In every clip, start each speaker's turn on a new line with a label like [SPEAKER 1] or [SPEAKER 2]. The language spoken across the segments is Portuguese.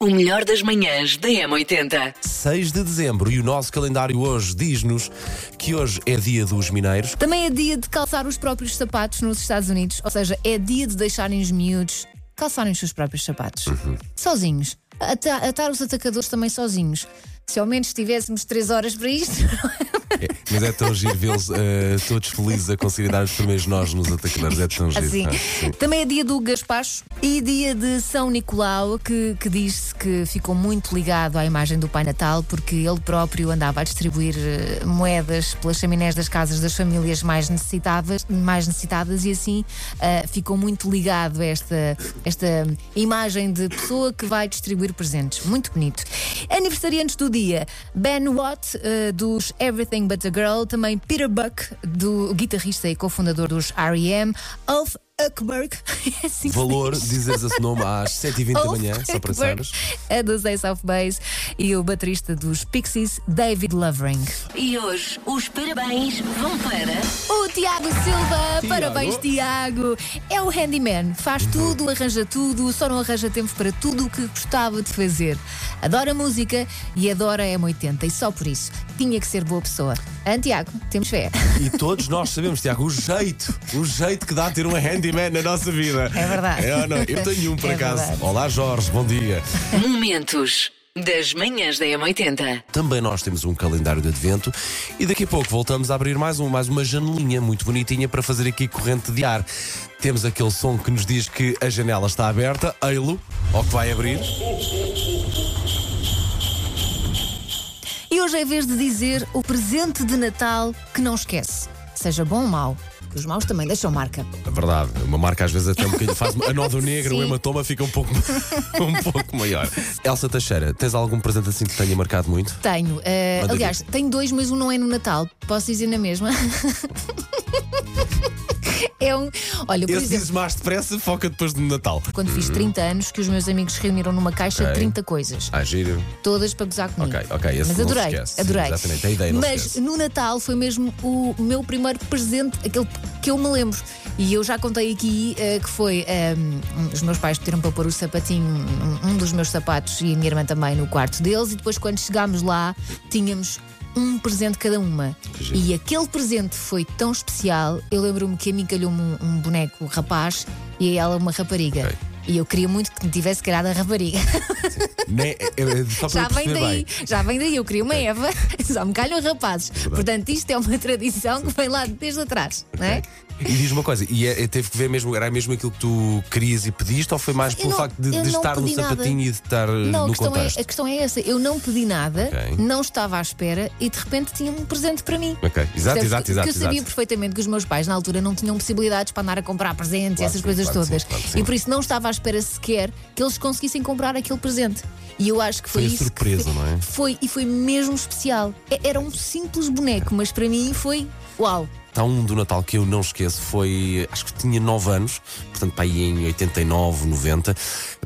[SPEAKER 1] O melhor das manhãs da M80.
[SPEAKER 2] 6 de dezembro e o nosso calendário hoje diz-nos que hoje é dia dos mineiros.
[SPEAKER 3] Também é dia de calçar os próprios sapatos nos Estados Unidos, ou seja, é dia de deixarem os miúdos calçarem os seus próprios sapatos. Sozinhos. Ata- atar os atacadores também sozinhos. Se ao menos tivéssemos três horas para isto.
[SPEAKER 2] É, mas é tão giro vê-los eh, todos felizes a conseguir dar os primeiros nós nos atacadores. É tão giro.
[SPEAKER 3] Assim.
[SPEAKER 2] pá, sim.
[SPEAKER 3] Também é dia do Gaspacho e dia de São Nicolau, que, que diz-se que ficou muito ligado à imagem do Pai Natal, porque ele próprio andava a distribuir eh, moedas pelas chaminés das casas das famílias mais necessitadas, mais necessitadas e assim ah, ficou muito ligado a esta, esta imagem de pessoa que vai distribuir presentes. Muito bonito. Aniversariantes do dia: Ben Watt, eh, dos Everything But a Girl, também Peter Buck, do guitarrista e cofundador dos R.E.M., Alf Uckberg, é assim que se
[SPEAKER 2] Valor,
[SPEAKER 3] diz.
[SPEAKER 2] dizes esse nome às 7h20 da
[SPEAKER 3] Ulf
[SPEAKER 2] manhã, só para
[SPEAKER 3] Ekberg,
[SPEAKER 2] saberes.
[SPEAKER 3] É dos Ace of Base e o baterista dos Pixies, David Lovering.
[SPEAKER 1] E hoje os parabéns vão para.
[SPEAKER 3] O Tiago Silva,
[SPEAKER 2] Tiago. Uhum.
[SPEAKER 3] parabéns Tiago. É o handyman, faz tudo, arranja tudo, só não arranja tempo para tudo o que gostava de fazer. Adora música e adora a M80 e só por isso tinha que ser boa pessoa. Ah, Tiago, temos fé.
[SPEAKER 2] E todos nós sabemos, Tiago, o jeito, o jeito que dá a ter um handyman na nossa vida.
[SPEAKER 3] É verdade.
[SPEAKER 2] É ou não? Eu tenho um, por
[SPEAKER 3] É
[SPEAKER 2] acaso.
[SPEAKER 3] verdade.
[SPEAKER 2] Olá, Jorge, bom dia.
[SPEAKER 1] Momentos das manhãs da M80.
[SPEAKER 2] Também nós temos um calendário de advento e daqui a pouco voltamos a abrir mais, um, mais uma janelinha muito bonitinha para fazer aqui corrente de ar. Temos aquele som que nos diz que a janela está aberta, ei-lo, ou que vai abrir.
[SPEAKER 3] E hoje é vez de dizer o presente de Natal que não esquece, seja bom ou mau, que os maus também deixam marca.
[SPEAKER 2] É verdade, uma marca às vezes até um bocadinho faz a nódoa negra, o
[SPEAKER 3] Sim.
[SPEAKER 2] hematoma fica um pouco, um pouco maior. Elsa Teixeira, tens algum presente assim que tenha marcado muito?
[SPEAKER 3] Tenho. eh,
[SPEAKER 2] Manda
[SPEAKER 3] aliás, tenho dois, mas um não é no Natal. Posso dizer na mesma? é um. Olha, por
[SPEAKER 2] Esse
[SPEAKER 3] exemplo.
[SPEAKER 2] dizes mais depressa, foca depois do Natal.
[SPEAKER 3] Quando fiz 30 anos, que os meus amigos reuniram numa caixa
[SPEAKER 2] Hum. Ok.
[SPEAKER 3] 30 coisas,
[SPEAKER 2] Ah, giro.
[SPEAKER 3] todas para gozar comigo.
[SPEAKER 2] Ok, ok, esse
[SPEAKER 3] Mas
[SPEAKER 2] não se
[SPEAKER 3] adorei,
[SPEAKER 2] esquece. Sim,
[SPEAKER 3] adorei.
[SPEAKER 2] exatamente, a ideia não se
[SPEAKER 3] Mas
[SPEAKER 2] esquece.
[SPEAKER 3] no Natal foi mesmo o meu primeiro presente, aquele que eu me lembro. E eu já contei aqui eh, que foi eh, os meus pais pediram para pôr o sapatinho, um- um dos meus sapatos e a minha irmã também no quarto deles, e depois quando chegámos lá tínhamos um presente cada uma.
[SPEAKER 2] Que giro.
[SPEAKER 3] E aquele presente foi tão especial, eu lembro-me que a mim calhou-me um, um boneco rapaz e a ela uma rapariga.
[SPEAKER 2] Ok.
[SPEAKER 3] E eu queria muito que me tivesse criado a rapariga.
[SPEAKER 2] Nem, é- é- só para
[SPEAKER 3] Já
[SPEAKER 2] eu
[SPEAKER 3] vem
[SPEAKER 2] perceber
[SPEAKER 3] daí,
[SPEAKER 2] bem.
[SPEAKER 3] já vem daí. Eu queria uma Eva, só me calham rapazes. Portanto, isto é uma tradição que vem lá desde atrás, não é?
[SPEAKER 2] E diz uma coisa, e é- é- teve que ver mesmo, era mesmo aquilo que tu querias e pediste, ou foi mais pelo
[SPEAKER 3] não-
[SPEAKER 2] facto de,
[SPEAKER 3] eu
[SPEAKER 2] de
[SPEAKER 3] não
[SPEAKER 2] estar no
[SPEAKER 3] pedi nada.
[SPEAKER 2] sapatinho e de estar eh,
[SPEAKER 3] Não, a
[SPEAKER 2] no
[SPEAKER 3] questão, é,
[SPEAKER 2] contexto?
[SPEAKER 3] a questão é essa. Eu não pedi nada,
[SPEAKER 2] Ok.
[SPEAKER 3] não estava à espera e de repente tinha um presente para mim.
[SPEAKER 2] Ok, exato,
[SPEAKER 3] Percebes?
[SPEAKER 2] exato,
[SPEAKER 3] Que-
[SPEAKER 2] exato.
[SPEAKER 3] Que eu sabia
[SPEAKER 2] exato.
[SPEAKER 3] perfeitamente que os meus pais na altura não tinham possibilidades para andar a comprar presentes e
[SPEAKER 2] Claro
[SPEAKER 3] essas
[SPEAKER 2] que
[SPEAKER 3] coisas
[SPEAKER 2] sim, claro que
[SPEAKER 3] todas.
[SPEAKER 2] sim, claro que sim.
[SPEAKER 3] E por isso não estava à espera sequer que eles conseguissem comprar aquele presente. E eu acho que foi,
[SPEAKER 2] Foi a
[SPEAKER 3] isso. que
[SPEAKER 2] surpresa,
[SPEAKER 3] foi-
[SPEAKER 2] não é?
[SPEAKER 3] Foi, e foi mesmo especial. É- Era um simples boneco, mas para mim foi uau.
[SPEAKER 2] Há um do Natal que eu não esqueço, foi, acho que tinha 9 anos, portanto, para aí em 89, 90.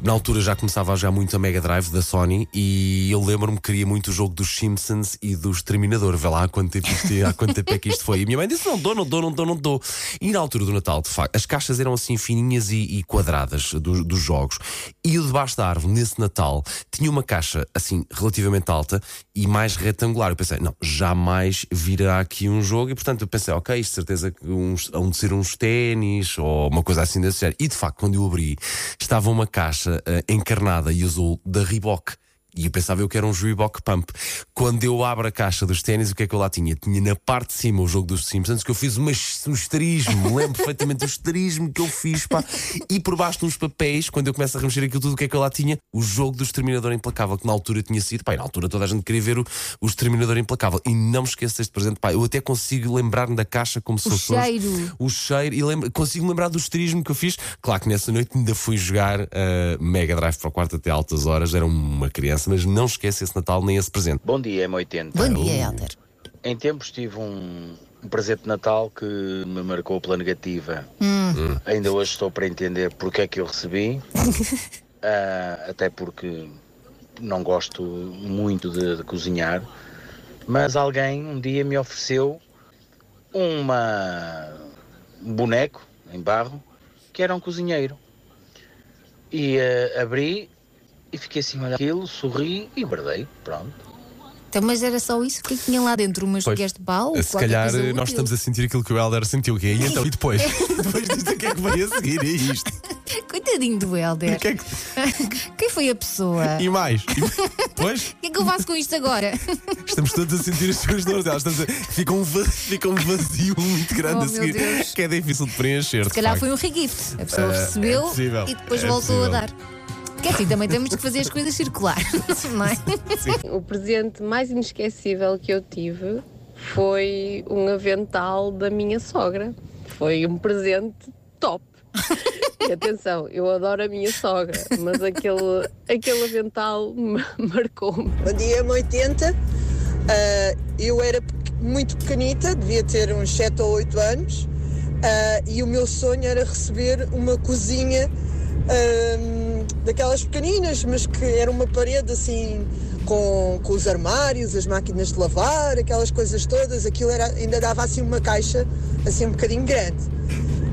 [SPEAKER 2] Na altura já começava a jogar muito a Mega Drive da Sony e eu lembro-me que queria muito o jogo dos Simpsons e do Exterminador. Vê lá há quanto tempo isto, há quanto tempo é que isto foi. E a minha mãe disse: não dou, não dou, não dou, não dou. E na altura do Natal, de facto, as caixas eram assim fininhas e, e quadradas do- dos jogos. E o debaixo da árvore, nesse Natal, tinha uma caixa assim relativamente alta e mais retangular. Eu pensei, não, jamais virá aqui um jogo. E portanto eu pensei, ok, isto de certeza que uns, hão de ser uns ténis ou uma coisa assim desse género. E de facto, quando eu abri, estava uma caixa eh, encarnada e azul da Reebok. E eu pensava eu que era um Reebok Pump. Quando eu abro a caixa dos ténis, o que é que eu lá tinha? Tinha na parte de cima o jogo dos Simpsons, que eu fiz uma, um esterismo, lembro perfeitamente do esterismo que eu fiz, pá. E por baixo de uns papéis, quando eu começo a remexer aquilo tudo, o que é que eu lá tinha? O jogo do Exterminador Implacável, que na altura tinha sido, pá, e na altura toda a gente queria ver o, o Exterminador Implacável. E não me esqueço deste presente, pá. Eu até consigo lembrar-me da caixa como se
[SPEAKER 3] O
[SPEAKER 2] fosse hoje.
[SPEAKER 3] cheiro.
[SPEAKER 2] O cheiro, e lembro- consigo lembrar do esterismo que eu fiz. Claro que nessa noite ainda fui jogar eh, Mega Drive para o quarto até altas horas, era uma criança, mas não esquece esse Natal nem esse presente.
[SPEAKER 4] Bom dia, M80.
[SPEAKER 3] Bom
[SPEAKER 2] Então,
[SPEAKER 3] dia, Helder.
[SPEAKER 4] Em tempos tive um, um presente de Natal que me marcou pela negativa.
[SPEAKER 3] Hum.
[SPEAKER 4] Ainda hoje estou para entender porque é que eu recebi. Ah, até porque não gosto muito de, de cozinhar. Mas alguém um dia me ofereceu uma, um boneco em barro que era um cozinheiro. E ah, abri e fiquei assim a olhar aquilo, sorri e guardei. Pronto.
[SPEAKER 3] Então, mas era só isso? O que é que tinha lá dentro? Umas
[SPEAKER 2] Pois.
[SPEAKER 3] colheres de pau?
[SPEAKER 2] Se calhar eh, nós estamos a sentir aquilo que o Helder sentiu, que é, e então, e depois? depois disto, o que é que vai a seguir? E isto?
[SPEAKER 3] a... Coitadinho do Helder.
[SPEAKER 2] O que é que-
[SPEAKER 3] Quem foi a pessoa?
[SPEAKER 2] E mais? E depois?
[SPEAKER 3] O que é que eu faço com isto agora?
[SPEAKER 2] Estamos todos a sentir as suas dores. Elas estamos a... fica, um va- fica um vazio muito grande
[SPEAKER 3] Oh,
[SPEAKER 2] a seguir,
[SPEAKER 3] meu Deus.
[SPEAKER 2] que é difícil de preencher.
[SPEAKER 3] Se calhar foi um regift. A pessoa
[SPEAKER 2] Eh,
[SPEAKER 3] recebeu
[SPEAKER 2] é possível,
[SPEAKER 3] e depois
[SPEAKER 2] é
[SPEAKER 3] voltou a
[SPEAKER 2] possível.
[SPEAKER 3] dar. Que é assim, também temos que fazer as coisas circular. Não é?
[SPEAKER 5] O presente mais inesquecível que eu tive foi um avental da minha sogra. Foi um presente top. E atenção, eu adoro a minha sogra, mas aquele, aquele avental ma- marcou-me.
[SPEAKER 6] Bom dia, 80. Ah, eu era pequ- muito pequenita, devia ter uns 7 ou 8 anos, ah, e o meu sonho era receber uma cozinha ahm, daquelas pequeninas, mas que era uma parede assim com, com os armários, as máquinas de lavar, aquelas coisas todas. Aquilo era, ainda dava assim uma caixa assim um bocadinho grande.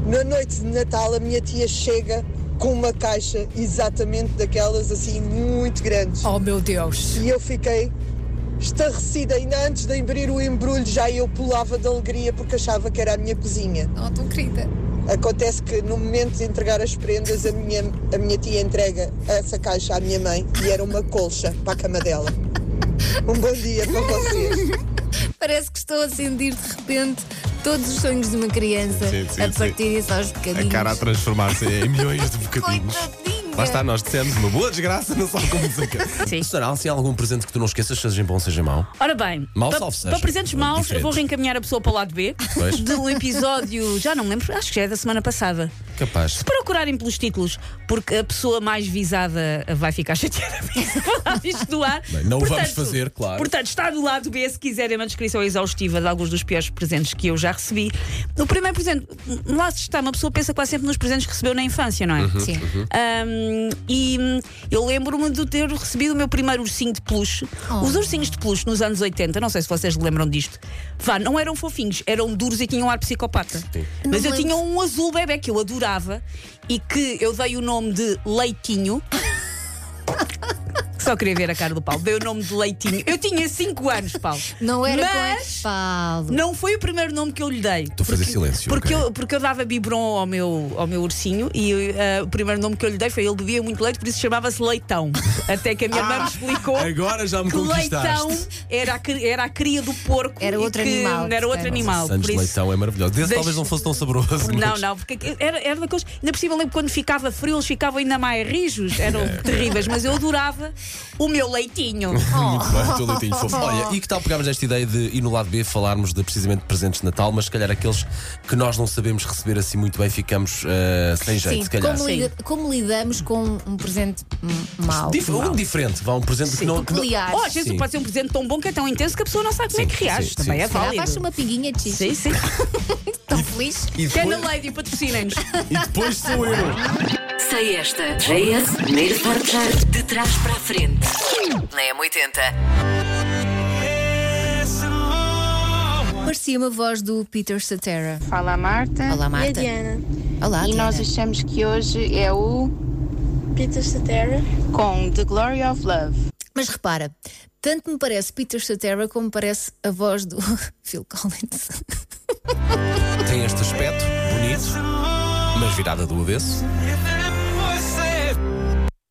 [SPEAKER 6] Na noite de Natal, a minha tia chega com uma caixa exatamente daquelas assim muito grandes.
[SPEAKER 3] Oh meu Deus!
[SPEAKER 6] E eu fiquei estarrecida, ainda antes de abrir o embrulho, já eu pulava de alegria porque achava que era a minha cozinha.
[SPEAKER 3] Oh, tão querida!
[SPEAKER 6] Acontece que no momento de entregar as prendas, a minha, a minha tia entrega essa caixa à minha mãe e era uma colcha para a cama dela. Um bom dia para vocês.
[SPEAKER 3] Parece que estou a sentir de repente todos os sonhos de uma criança
[SPEAKER 2] Sim, sim,
[SPEAKER 3] a
[SPEAKER 2] sim.
[SPEAKER 3] partirem só aos
[SPEAKER 2] A
[SPEAKER 3] bocadinhos.
[SPEAKER 2] cara a transformar-se em milhões de bocadinhos.
[SPEAKER 3] um Coitadinha.
[SPEAKER 2] Lá está, nós dissemos uma boa desgraça, não só como música. Sim. Será se há assim, algum presente que tu não esqueças, seja bom, seja mau?
[SPEAKER 7] Ora bem,
[SPEAKER 2] Mau
[SPEAKER 7] pa-
[SPEAKER 2] salve seja.
[SPEAKER 7] para presentes maus,
[SPEAKER 2] Diferente.
[SPEAKER 7] vou reencaminhar a pessoa para o lado B
[SPEAKER 2] Pois.
[SPEAKER 7] de um episódio, já não me lembro, acho que já é da semana passada.
[SPEAKER 2] Capaz.
[SPEAKER 7] Se procurarem pelos títulos, porque a pessoa mais visada vai ficar chateada mesmo. Vou dar isto do ar.
[SPEAKER 2] Bem, não o vamos fazer, claro.
[SPEAKER 7] Portanto, está do lado B se quiserem uma descrição exaustiva de alguns dos piores presentes que eu já recebi. O primeiro presente, lá está, uma pessoa pensa quase sempre nos presentes que recebeu na infância, não é?
[SPEAKER 3] Sim.
[SPEAKER 7] Um, e hum, eu lembro-me de ter recebido o meu primeiro ursinho de peluche.
[SPEAKER 3] Oh.
[SPEAKER 7] Os ursinhos de peluche nos anos 80, não sei se vocês lembram disto, vá, não eram fofinhos, eram duros e tinham um ar psicopata. Mas
[SPEAKER 3] Não lembro.
[SPEAKER 7] eu tinha um azul bebé que eu adorava e que eu dei o nome de Leitinho. Só queria ver a cara do Paulo. Dei o nome de Leitinho. Eu tinha 5 anos, Paulo.
[SPEAKER 3] Não era
[SPEAKER 7] Mas-
[SPEAKER 3] com Paulo.
[SPEAKER 7] Não foi o primeiro nome que eu lhe dei.
[SPEAKER 2] Estou a fazer silêncio.
[SPEAKER 7] Porque,
[SPEAKER 2] ok?
[SPEAKER 7] eu, porque eu dava biberon ao meu, ao meu ursinho e eh, o primeiro nome que eu lhe dei foi ele bebia muito leite, por isso chamava-se Leitão. Até que a minha irmã me explicou.
[SPEAKER 2] Ah, Agora já me
[SPEAKER 7] que
[SPEAKER 2] conquistaste.
[SPEAKER 7] Leitão era a, cri- era a cria do porco.
[SPEAKER 3] Era
[SPEAKER 7] e
[SPEAKER 3] outro
[SPEAKER 7] que
[SPEAKER 3] animal,
[SPEAKER 7] Era outro
[SPEAKER 3] portanto.
[SPEAKER 7] animal.
[SPEAKER 2] Santos
[SPEAKER 7] por
[SPEAKER 2] de
[SPEAKER 7] isso-
[SPEAKER 2] leitão assim é maravilhoso. Desse
[SPEAKER 7] Deixa-
[SPEAKER 2] talvez não fosse tão saboroso.
[SPEAKER 7] Não,
[SPEAKER 2] mas-
[SPEAKER 7] não, porque era, era daqueles. Ainda por cima, eu lembro quando ficava frio, eles ficavam ainda mais rijos, eram
[SPEAKER 2] É.
[SPEAKER 7] terríveis, mas eu adorava o meu leitinho. Oh,
[SPEAKER 2] Muito bem, estou leitinho fofo. Olha, e que tal pegarmos esta ideia de ir no lado B falarmos de precisamente de presentes de Natal, mas se calhar aqueles que nós não sabemos receber assim muito bem, ficamos eh, sem jeito,
[SPEAKER 3] Sim,
[SPEAKER 2] se calhar.
[SPEAKER 3] como, lida- como lidamos com um presente hum, mau? Tipo,
[SPEAKER 2] Dif- um diferente, vá, um presente que não. que não-
[SPEAKER 3] Peculiar.
[SPEAKER 7] Oh, Jesus,
[SPEAKER 2] Ah, Sim.
[SPEAKER 7] pode ser um presente tão bom que é tão intenso que a pessoa não sabe como é que
[SPEAKER 2] Sim,
[SPEAKER 7] reage.
[SPEAKER 2] sim,
[SPEAKER 7] Também
[SPEAKER 2] sim,
[SPEAKER 7] é
[SPEAKER 2] sim.
[SPEAKER 3] Calhar
[SPEAKER 7] válido.
[SPEAKER 3] faz uma pinguinha de xixi.
[SPEAKER 7] Sim, sim.
[SPEAKER 3] Tão feliz.
[SPEAKER 2] E
[SPEAKER 7] Cana
[SPEAKER 2] depois,
[SPEAKER 7] Lady, patrocinem-nos.
[SPEAKER 2] e depois sou eu.
[SPEAKER 1] Sei esta. JS, primeiro forjar de trás para a frente. Na M80.
[SPEAKER 3] Parecia uma voz do Peter Cetera.
[SPEAKER 8] Fala a Marta.
[SPEAKER 3] Olá,
[SPEAKER 9] E a
[SPEAKER 3] Marta.
[SPEAKER 9] Diana,
[SPEAKER 3] Olá,
[SPEAKER 8] E
[SPEAKER 3] Diana.
[SPEAKER 8] nós achamos que hoje é o
[SPEAKER 9] Peter Cetera,
[SPEAKER 8] com The Glory of Love.
[SPEAKER 3] Mas repara, tanto me parece Peter Cetera como me parece a voz do Phil Collins.
[SPEAKER 2] Tem este aspecto bonito, mas virada do avesso.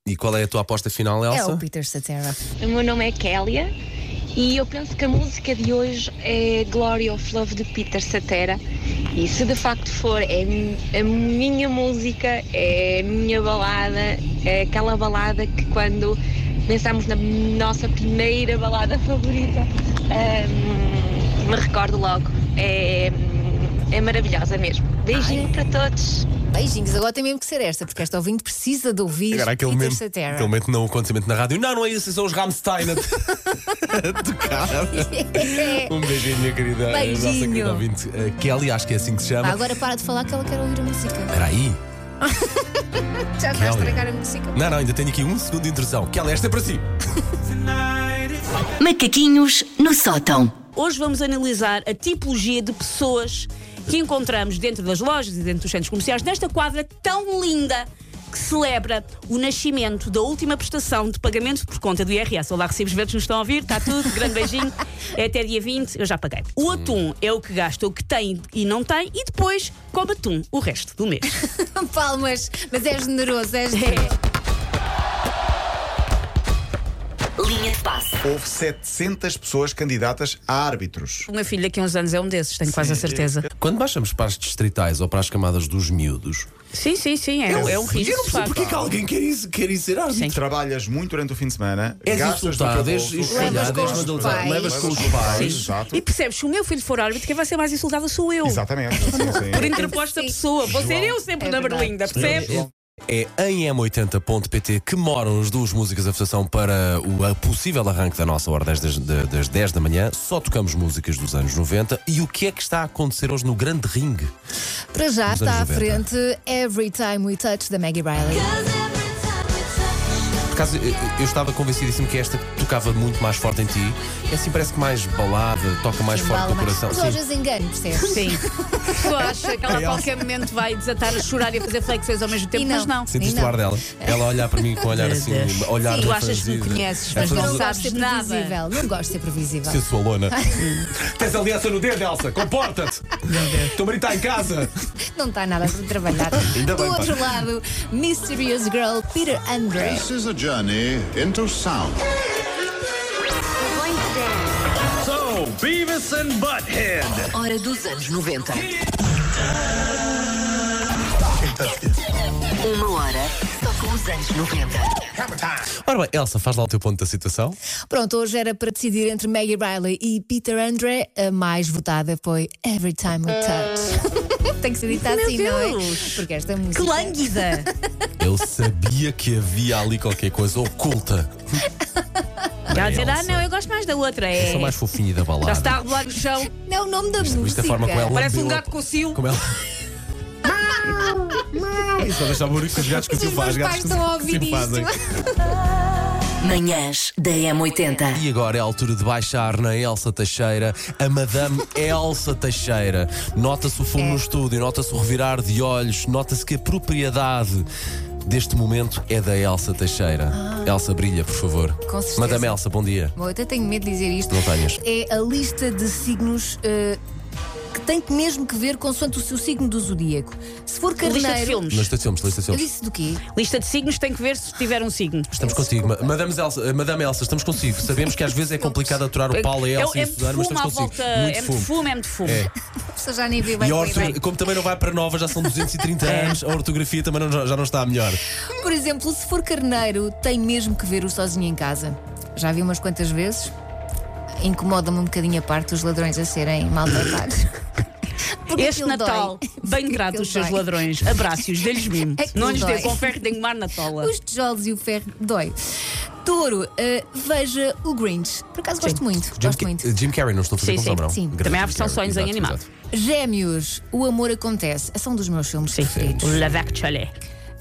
[SPEAKER 2] E qual é a tua aposta final,
[SPEAKER 3] É
[SPEAKER 2] Elsa?
[SPEAKER 3] o Peter Cetera.
[SPEAKER 10] O meu nome é Kélia e eu penso que a música de hoje é Glory of Love de Peter Cetera. E se de facto for, é a mi- a minha música, é a minha balada, é aquela balada que quando pensamos na nossa primeira balada favorita, hum, me recordo logo. É, é maravilhosa mesmo. Beijinho para todos.
[SPEAKER 3] Beijinhos, agora tem mesmo que ser esta, porque esta ouvinte precisa de ouvir
[SPEAKER 2] Agora
[SPEAKER 3] Peter
[SPEAKER 2] aquele momento,
[SPEAKER 3] Cetera.
[SPEAKER 2] aquele momento não acontecimento na rádio. Não, não é isso, são os Ramstein a, a tocar. Um beijinho, minha querida, a nossa
[SPEAKER 3] Beijinho.
[SPEAKER 2] querida ouvinte a Kelly, acho que é assim que se
[SPEAKER 3] Vá,
[SPEAKER 2] chama.
[SPEAKER 3] agora para de falar que ela quer ouvir a música.
[SPEAKER 2] Espera aí.
[SPEAKER 3] Já
[SPEAKER 2] Kelly.
[SPEAKER 3] vai estragar a música.
[SPEAKER 2] Não, não, ainda tenho aqui um segundo de introdução. Kelly, esta é para si.
[SPEAKER 1] Macaquinhos no sótão.
[SPEAKER 7] Hoje vamos analisar a tipologia de pessoas que encontramos dentro das lojas e dentro dos centros comerciais nesta quadra tão linda que celebra o nascimento da última prestação de pagamento por conta do IRS. Olá, recibos verdes nos estão a ouvir, está tudo, grande beijinho. É até dia 20, eu já paguei. O atum é o que gasta, o que tem e não tem, e depois come atum o resto do mês.
[SPEAKER 3] Palmas, mas é generoso, é generoso.
[SPEAKER 1] Linha de passe.
[SPEAKER 11] Houve 700 pessoas candidatas a árbitros.
[SPEAKER 7] O meu filho daqui a uns anos é um desses, tenho quase a certeza.
[SPEAKER 2] Quando baixamos para as distritais ou para as camadas dos miúdos,
[SPEAKER 7] Sim, sim, sim, é, é um risco.
[SPEAKER 2] eu não percebo
[SPEAKER 7] de facto.
[SPEAKER 2] porque é que alguém quer ir, quer ir ser árbitro.
[SPEAKER 11] Trabalhas muito durante o fim de semana,
[SPEAKER 2] És
[SPEAKER 11] gastas do teu
[SPEAKER 2] insultado, és
[SPEAKER 3] Levas
[SPEAKER 11] bolso,
[SPEAKER 2] espalhado,
[SPEAKER 3] com
[SPEAKER 2] és
[SPEAKER 3] os
[SPEAKER 2] vandalizado,
[SPEAKER 3] pais.
[SPEAKER 2] levas com os
[SPEAKER 11] Sim.
[SPEAKER 2] pais.
[SPEAKER 11] Exato.
[SPEAKER 7] E percebes, se o meu filho for árbitro, quem vai ser mais insultado sou eu.
[SPEAKER 11] Exatamente. Sim,
[SPEAKER 7] Por
[SPEAKER 11] sim.
[SPEAKER 7] interposta
[SPEAKER 3] Sim.
[SPEAKER 7] pessoa. Vou ser eu sempre
[SPEAKER 3] É
[SPEAKER 7] na
[SPEAKER 3] verdade.
[SPEAKER 7] berlinda, percebes?
[SPEAKER 2] É em m80.pt que moram as duas músicas a votação para o a possível arranque da nossa hora das, das, das 10 da manhã. Só tocamos músicas dos anos 90. E o que é que está a acontecer hoje no grande ringue?
[SPEAKER 3] Para já
[SPEAKER 2] Nos
[SPEAKER 3] está à
[SPEAKER 2] anos 90.
[SPEAKER 3] frente Every Time We Touch da Maggie Riley.
[SPEAKER 2] Por acaso, eu, eu estava convencidíssimo que esta tocava muito mais forte em ti. É assim, parece que mais balada, toca mais forte
[SPEAKER 3] Embala,
[SPEAKER 2] no coração.
[SPEAKER 3] Mas
[SPEAKER 2] Sim.
[SPEAKER 3] às vezes engano, percebes?
[SPEAKER 7] Sim. A pessoa acha que ela a qualquer momento vai desatar a chorar e a fazer flexões ao mesmo tempo,
[SPEAKER 3] E
[SPEAKER 7] mas não.
[SPEAKER 2] Sentiste o
[SPEAKER 3] Não.
[SPEAKER 2] ar dela? Ela a olhar para mim com um olhar assim, um olhar
[SPEAKER 7] Sim, tu achas que me
[SPEAKER 2] franzido.
[SPEAKER 7] conheces,
[SPEAKER 2] É
[SPEAKER 7] mas
[SPEAKER 2] franzido.
[SPEAKER 3] Não gosto de ser
[SPEAKER 7] sabes nada.
[SPEAKER 3] previsível. Não gosto de ser previsível.
[SPEAKER 2] sensualona. Tens aliança no dedo, Elsa, comporta-te! Teu marido está em casa!
[SPEAKER 3] Não está nada para trabalhar.
[SPEAKER 2] Ainda
[SPEAKER 3] Do
[SPEAKER 2] bem, pá.
[SPEAKER 3] outro lado, Mysterious Girl Peter Andre.
[SPEAKER 11] is a journey into sound.
[SPEAKER 1] Hora dos anos 90. Uma hora só com os anos 90.
[SPEAKER 2] Ora bem, Elsa, faz lá o teu ponto da situação.
[SPEAKER 3] Pronto, hoje era para decidir entre Maggie Riley e Peter Andre. A mais votada foi Every Time We Touch. Tem que ser dita assim, não é?
[SPEAKER 7] Ah. Deus!
[SPEAKER 3] Porque esta música.
[SPEAKER 7] Que lânguida!
[SPEAKER 2] Eu sabia que havia ali qualquer coisa oculta.
[SPEAKER 7] Ela dizer, ah,
[SPEAKER 2] Elsa.
[SPEAKER 7] não, eu gosto mais da outra.
[SPEAKER 2] Eu
[SPEAKER 7] É.
[SPEAKER 2] sou mais fofinha e da balada.
[SPEAKER 7] Já se está a rebolar no chão.
[SPEAKER 3] Não é o nome da música.
[SPEAKER 2] Viste a forma como ela.
[SPEAKER 7] Parece um
[SPEAKER 2] lambeu a-
[SPEAKER 7] gato com cio.
[SPEAKER 2] Como ela. Isso, é deixar bonito que os gatos que
[SPEAKER 3] Os meus pais estão a ouvir isto.
[SPEAKER 1] Manhãs da M80.
[SPEAKER 2] E agora é a altura de baixar na Elsa Teixeira, a Madame Elsa Teixeira. Nota-se o
[SPEAKER 3] É.
[SPEAKER 2] fumo no estúdio, nota-se o revirar de olhos, nota-se que a propriedade deste momento é da Elsa Teixeira. Elsa, brilha, por favor.
[SPEAKER 3] Ah. Com certeza.
[SPEAKER 2] Madame Elsa, bom dia.
[SPEAKER 3] Bom, eu até tenho medo de dizer isto.
[SPEAKER 2] Não tenhas.
[SPEAKER 3] É a lista de signos eh, que tem que mesmo que ver consoante o seu signo do zodíaco. Se for carneiro.
[SPEAKER 7] Lista de filmes.
[SPEAKER 2] Lista de filmes, lista de
[SPEAKER 3] Eu
[SPEAKER 2] filmes.
[SPEAKER 3] disse do quê?
[SPEAKER 7] Lista de signos tem que ver se tiver um signo.
[SPEAKER 2] Estamos consigo. Ma- Madame Elsa, eh, Madame Elsa, estamos consigo. Sabemos que às vezes é complicado aturar o Paulo, a
[SPEAKER 7] é,
[SPEAKER 2] Elsa
[SPEAKER 7] é
[SPEAKER 2] e o
[SPEAKER 7] muito
[SPEAKER 2] Suzano, mas
[SPEAKER 7] fumo à
[SPEAKER 2] estamos
[SPEAKER 7] volta.
[SPEAKER 2] consigo.
[SPEAKER 7] É
[SPEAKER 2] Muito
[SPEAKER 7] muito
[SPEAKER 2] fumo.
[SPEAKER 7] fumo, é muito fumo.
[SPEAKER 2] É.
[SPEAKER 3] A pessoa já nem vê bem.
[SPEAKER 2] E a
[SPEAKER 3] como é que vai.
[SPEAKER 2] ortografia, como também não vai para nova, já são 230
[SPEAKER 7] É.
[SPEAKER 2] anos, a ortografia também não- já- já não está a melhor.
[SPEAKER 3] Por exemplo, se for carneiro, tem mesmo que ver o sozinho em casa. Já vi umas quantas vezes. Incomoda-me um bocadinho a parte dos ladrões a serem maltratados. Porque
[SPEAKER 7] Este
[SPEAKER 3] aquilo
[SPEAKER 7] Natal,
[SPEAKER 3] dói.
[SPEAKER 7] bem grato
[SPEAKER 3] aquilo
[SPEAKER 7] os seus
[SPEAKER 3] dói.
[SPEAKER 7] ladrões. Abraços, dê-lhes mimo.
[SPEAKER 3] Aquilo
[SPEAKER 7] Não lhes dê
[SPEAKER 3] dói.
[SPEAKER 7] com ferro de engomar na tola.
[SPEAKER 3] Os tijolos e o ferro dói. Touro, eh, veja o Grinch. Por acaso gosto muito.
[SPEAKER 2] Jim,
[SPEAKER 3] Gosto
[SPEAKER 2] Ca-
[SPEAKER 3] muito.
[SPEAKER 2] Jim Carrey, não estou a fazer
[SPEAKER 7] Sim,
[SPEAKER 2] confusão,
[SPEAKER 7] sim,
[SPEAKER 2] não.
[SPEAKER 3] sim.
[SPEAKER 2] Grande
[SPEAKER 7] Também há
[SPEAKER 2] Jim
[SPEAKER 7] a versão
[SPEAKER 2] Carrey,
[SPEAKER 7] só em desenho
[SPEAKER 2] exato,
[SPEAKER 7] animado.
[SPEAKER 2] exato.
[SPEAKER 3] Gêmeos, o amor acontece. Esse é um dos meus filmes preferidos.
[SPEAKER 7] O Lavac Cholé.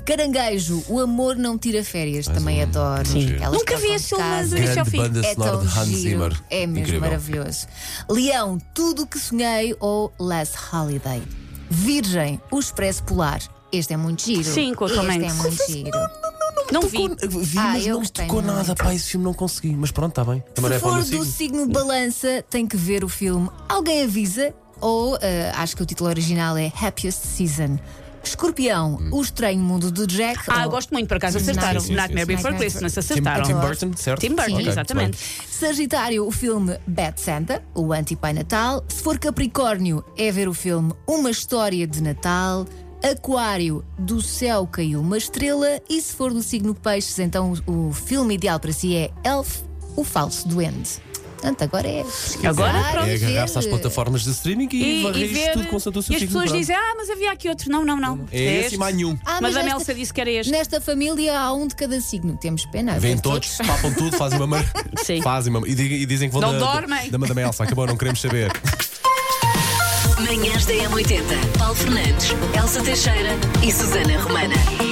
[SPEAKER 3] Caranguejo, o amor não tira férias. Também adoro. Aquelas
[SPEAKER 7] Nunca vi
[SPEAKER 3] trocam
[SPEAKER 7] esse
[SPEAKER 3] de
[SPEAKER 7] filme,
[SPEAKER 3] casa.
[SPEAKER 7] mas Este é o
[SPEAKER 2] um. Grande
[SPEAKER 7] fim.
[SPEAKER 2] banda
[SPEAKER 3] É
[SPEAKER 2] sonora
[SPEAKER 3] tão
[SPEAKER 2] de Hans
[SPEAKER 3] giro.
[SPEAKER 2] Zimmer.
[SPEAKER 3] É mesmo
[SPEAKER 2] Incrível.
[SPEAKER 3] maravilhoso. Leão, tudo o que sonhei ou Last Holiday. Virgem, o Expresso Polar. Este é muito giro.
[SPEAKER 7] Sim, com o
[SPEAKER 3] este
[SPEAKER 7] Tom
[SPEAKER 3] é
[SPEAKER 7] Hanks.
[SPEAKER 3] muito giro.
[SPEAKER 7] Não vi.
[SPEAKER 2] Vi,
[SPEAKER 3] Ah,
[SPEAKER 2] mas
[SPEAKER 3] eu
[SPEAKER 2] não
[SPEAKER 3] gostei
[SPEAKER 2] tocou
[SPEAKER 3] muito.
[SPEAKER 2] nada. Pá, esse filme não consegui. Mas pronto, está bem. Também não
[SPEAKER 3] Se
[SPEAKER 2] é para o
[SPEAKER 3] for
[SPEAKER 2] meu signo.
[SPEAKER 3] do signo balança, tem que ver o filme Alguém Avisa ou, eh, acho que o título original é Happiest Season. Escorpião,
[SPEAKER 2] Hum.
[SPEAKER 3] o estranho mundo do Jack. Oh.
[SPEAKER 7] Ah,
[SPEAKER 3] ou-
[SPEAKER 7] eu gosto muito, por acaso
[SPEAKER 3] Sim,
[SPEAKER 7] acertaram.
[SPEAKER 3] sim, sim,
[SPEAKER 7] Nightmare
[SPEAKER 3] sim.
[SPEAKER 7] Before
[SPEAKER 3] Nightmare
[SPEAKER 7] Christmas,
[SPEAKER 2] Tim,
[SPEAKER 7] acertaram.
[SPEAKER 2] Tim Burton, certo?
[SPEAKER 7] Tim Burton,
[SPEAKER 2] Ok, muito
[SPEAKER 7] exatamente.
[SPEAKER 3] Sagitário, o filme Bad Santa, o anti-pai Natal. Se for Capricórnio, é ver o filme Uma História de Natal. Aquário, do céu caiu uma estrela. E se for do signo Peixes, então o, o filme ideal para si é Elf, o falso duende. Portanto, agora é. pesquisar,
[SPEAKER 7] Agora, pronto.
[SPEAKER 2] bem. É agarrar-se às
[SPEAKER 3] ver.
[SPEAKER 2] plataformas de streaming e,
[SPEAKER 7] E, e
[SPEAKER 2] varrer
[SPEAKER 7] ver.
[SPEAKER 2] isto tudo com o seu
[SPEAKER 7] e as
[SPEAKER 2] signo,
[SPEAKER 7] pessoas
[SPEAKER 2] pronto.
[SPEAKER 7] dizem, ah, mas havia aqui outro. Não, não, não.
[SPEAKER 2] É esse e mais nenhum.
[SPEAKER 3] Ah,
[SPEAKER 7] Mas
[SPEAKER 3] nesta-
[SPEAKER 7] a Melsa disse que era este.
[SPEAKER 3] Nesta família há um de cada signo. Temos pena.
[SPEAKER 2] Vêm
[SPEAKER 3] ver
[SPEAKER 2] todos, papam tudo, fazem uma. mar-
[SPEAKER 7] Sim.
[SPEAKER 2] Fazem uma... E, di- e dizem que vão da,
[SPEAKER 7] Não dormem.
[SPEAKER 2] da, da Madame Elsa. Acabou, não queremos saber.
[SPEAKER 1] Manhãs da M80. Paulo Fernandes, Elsa Teixeira e Susana Romana.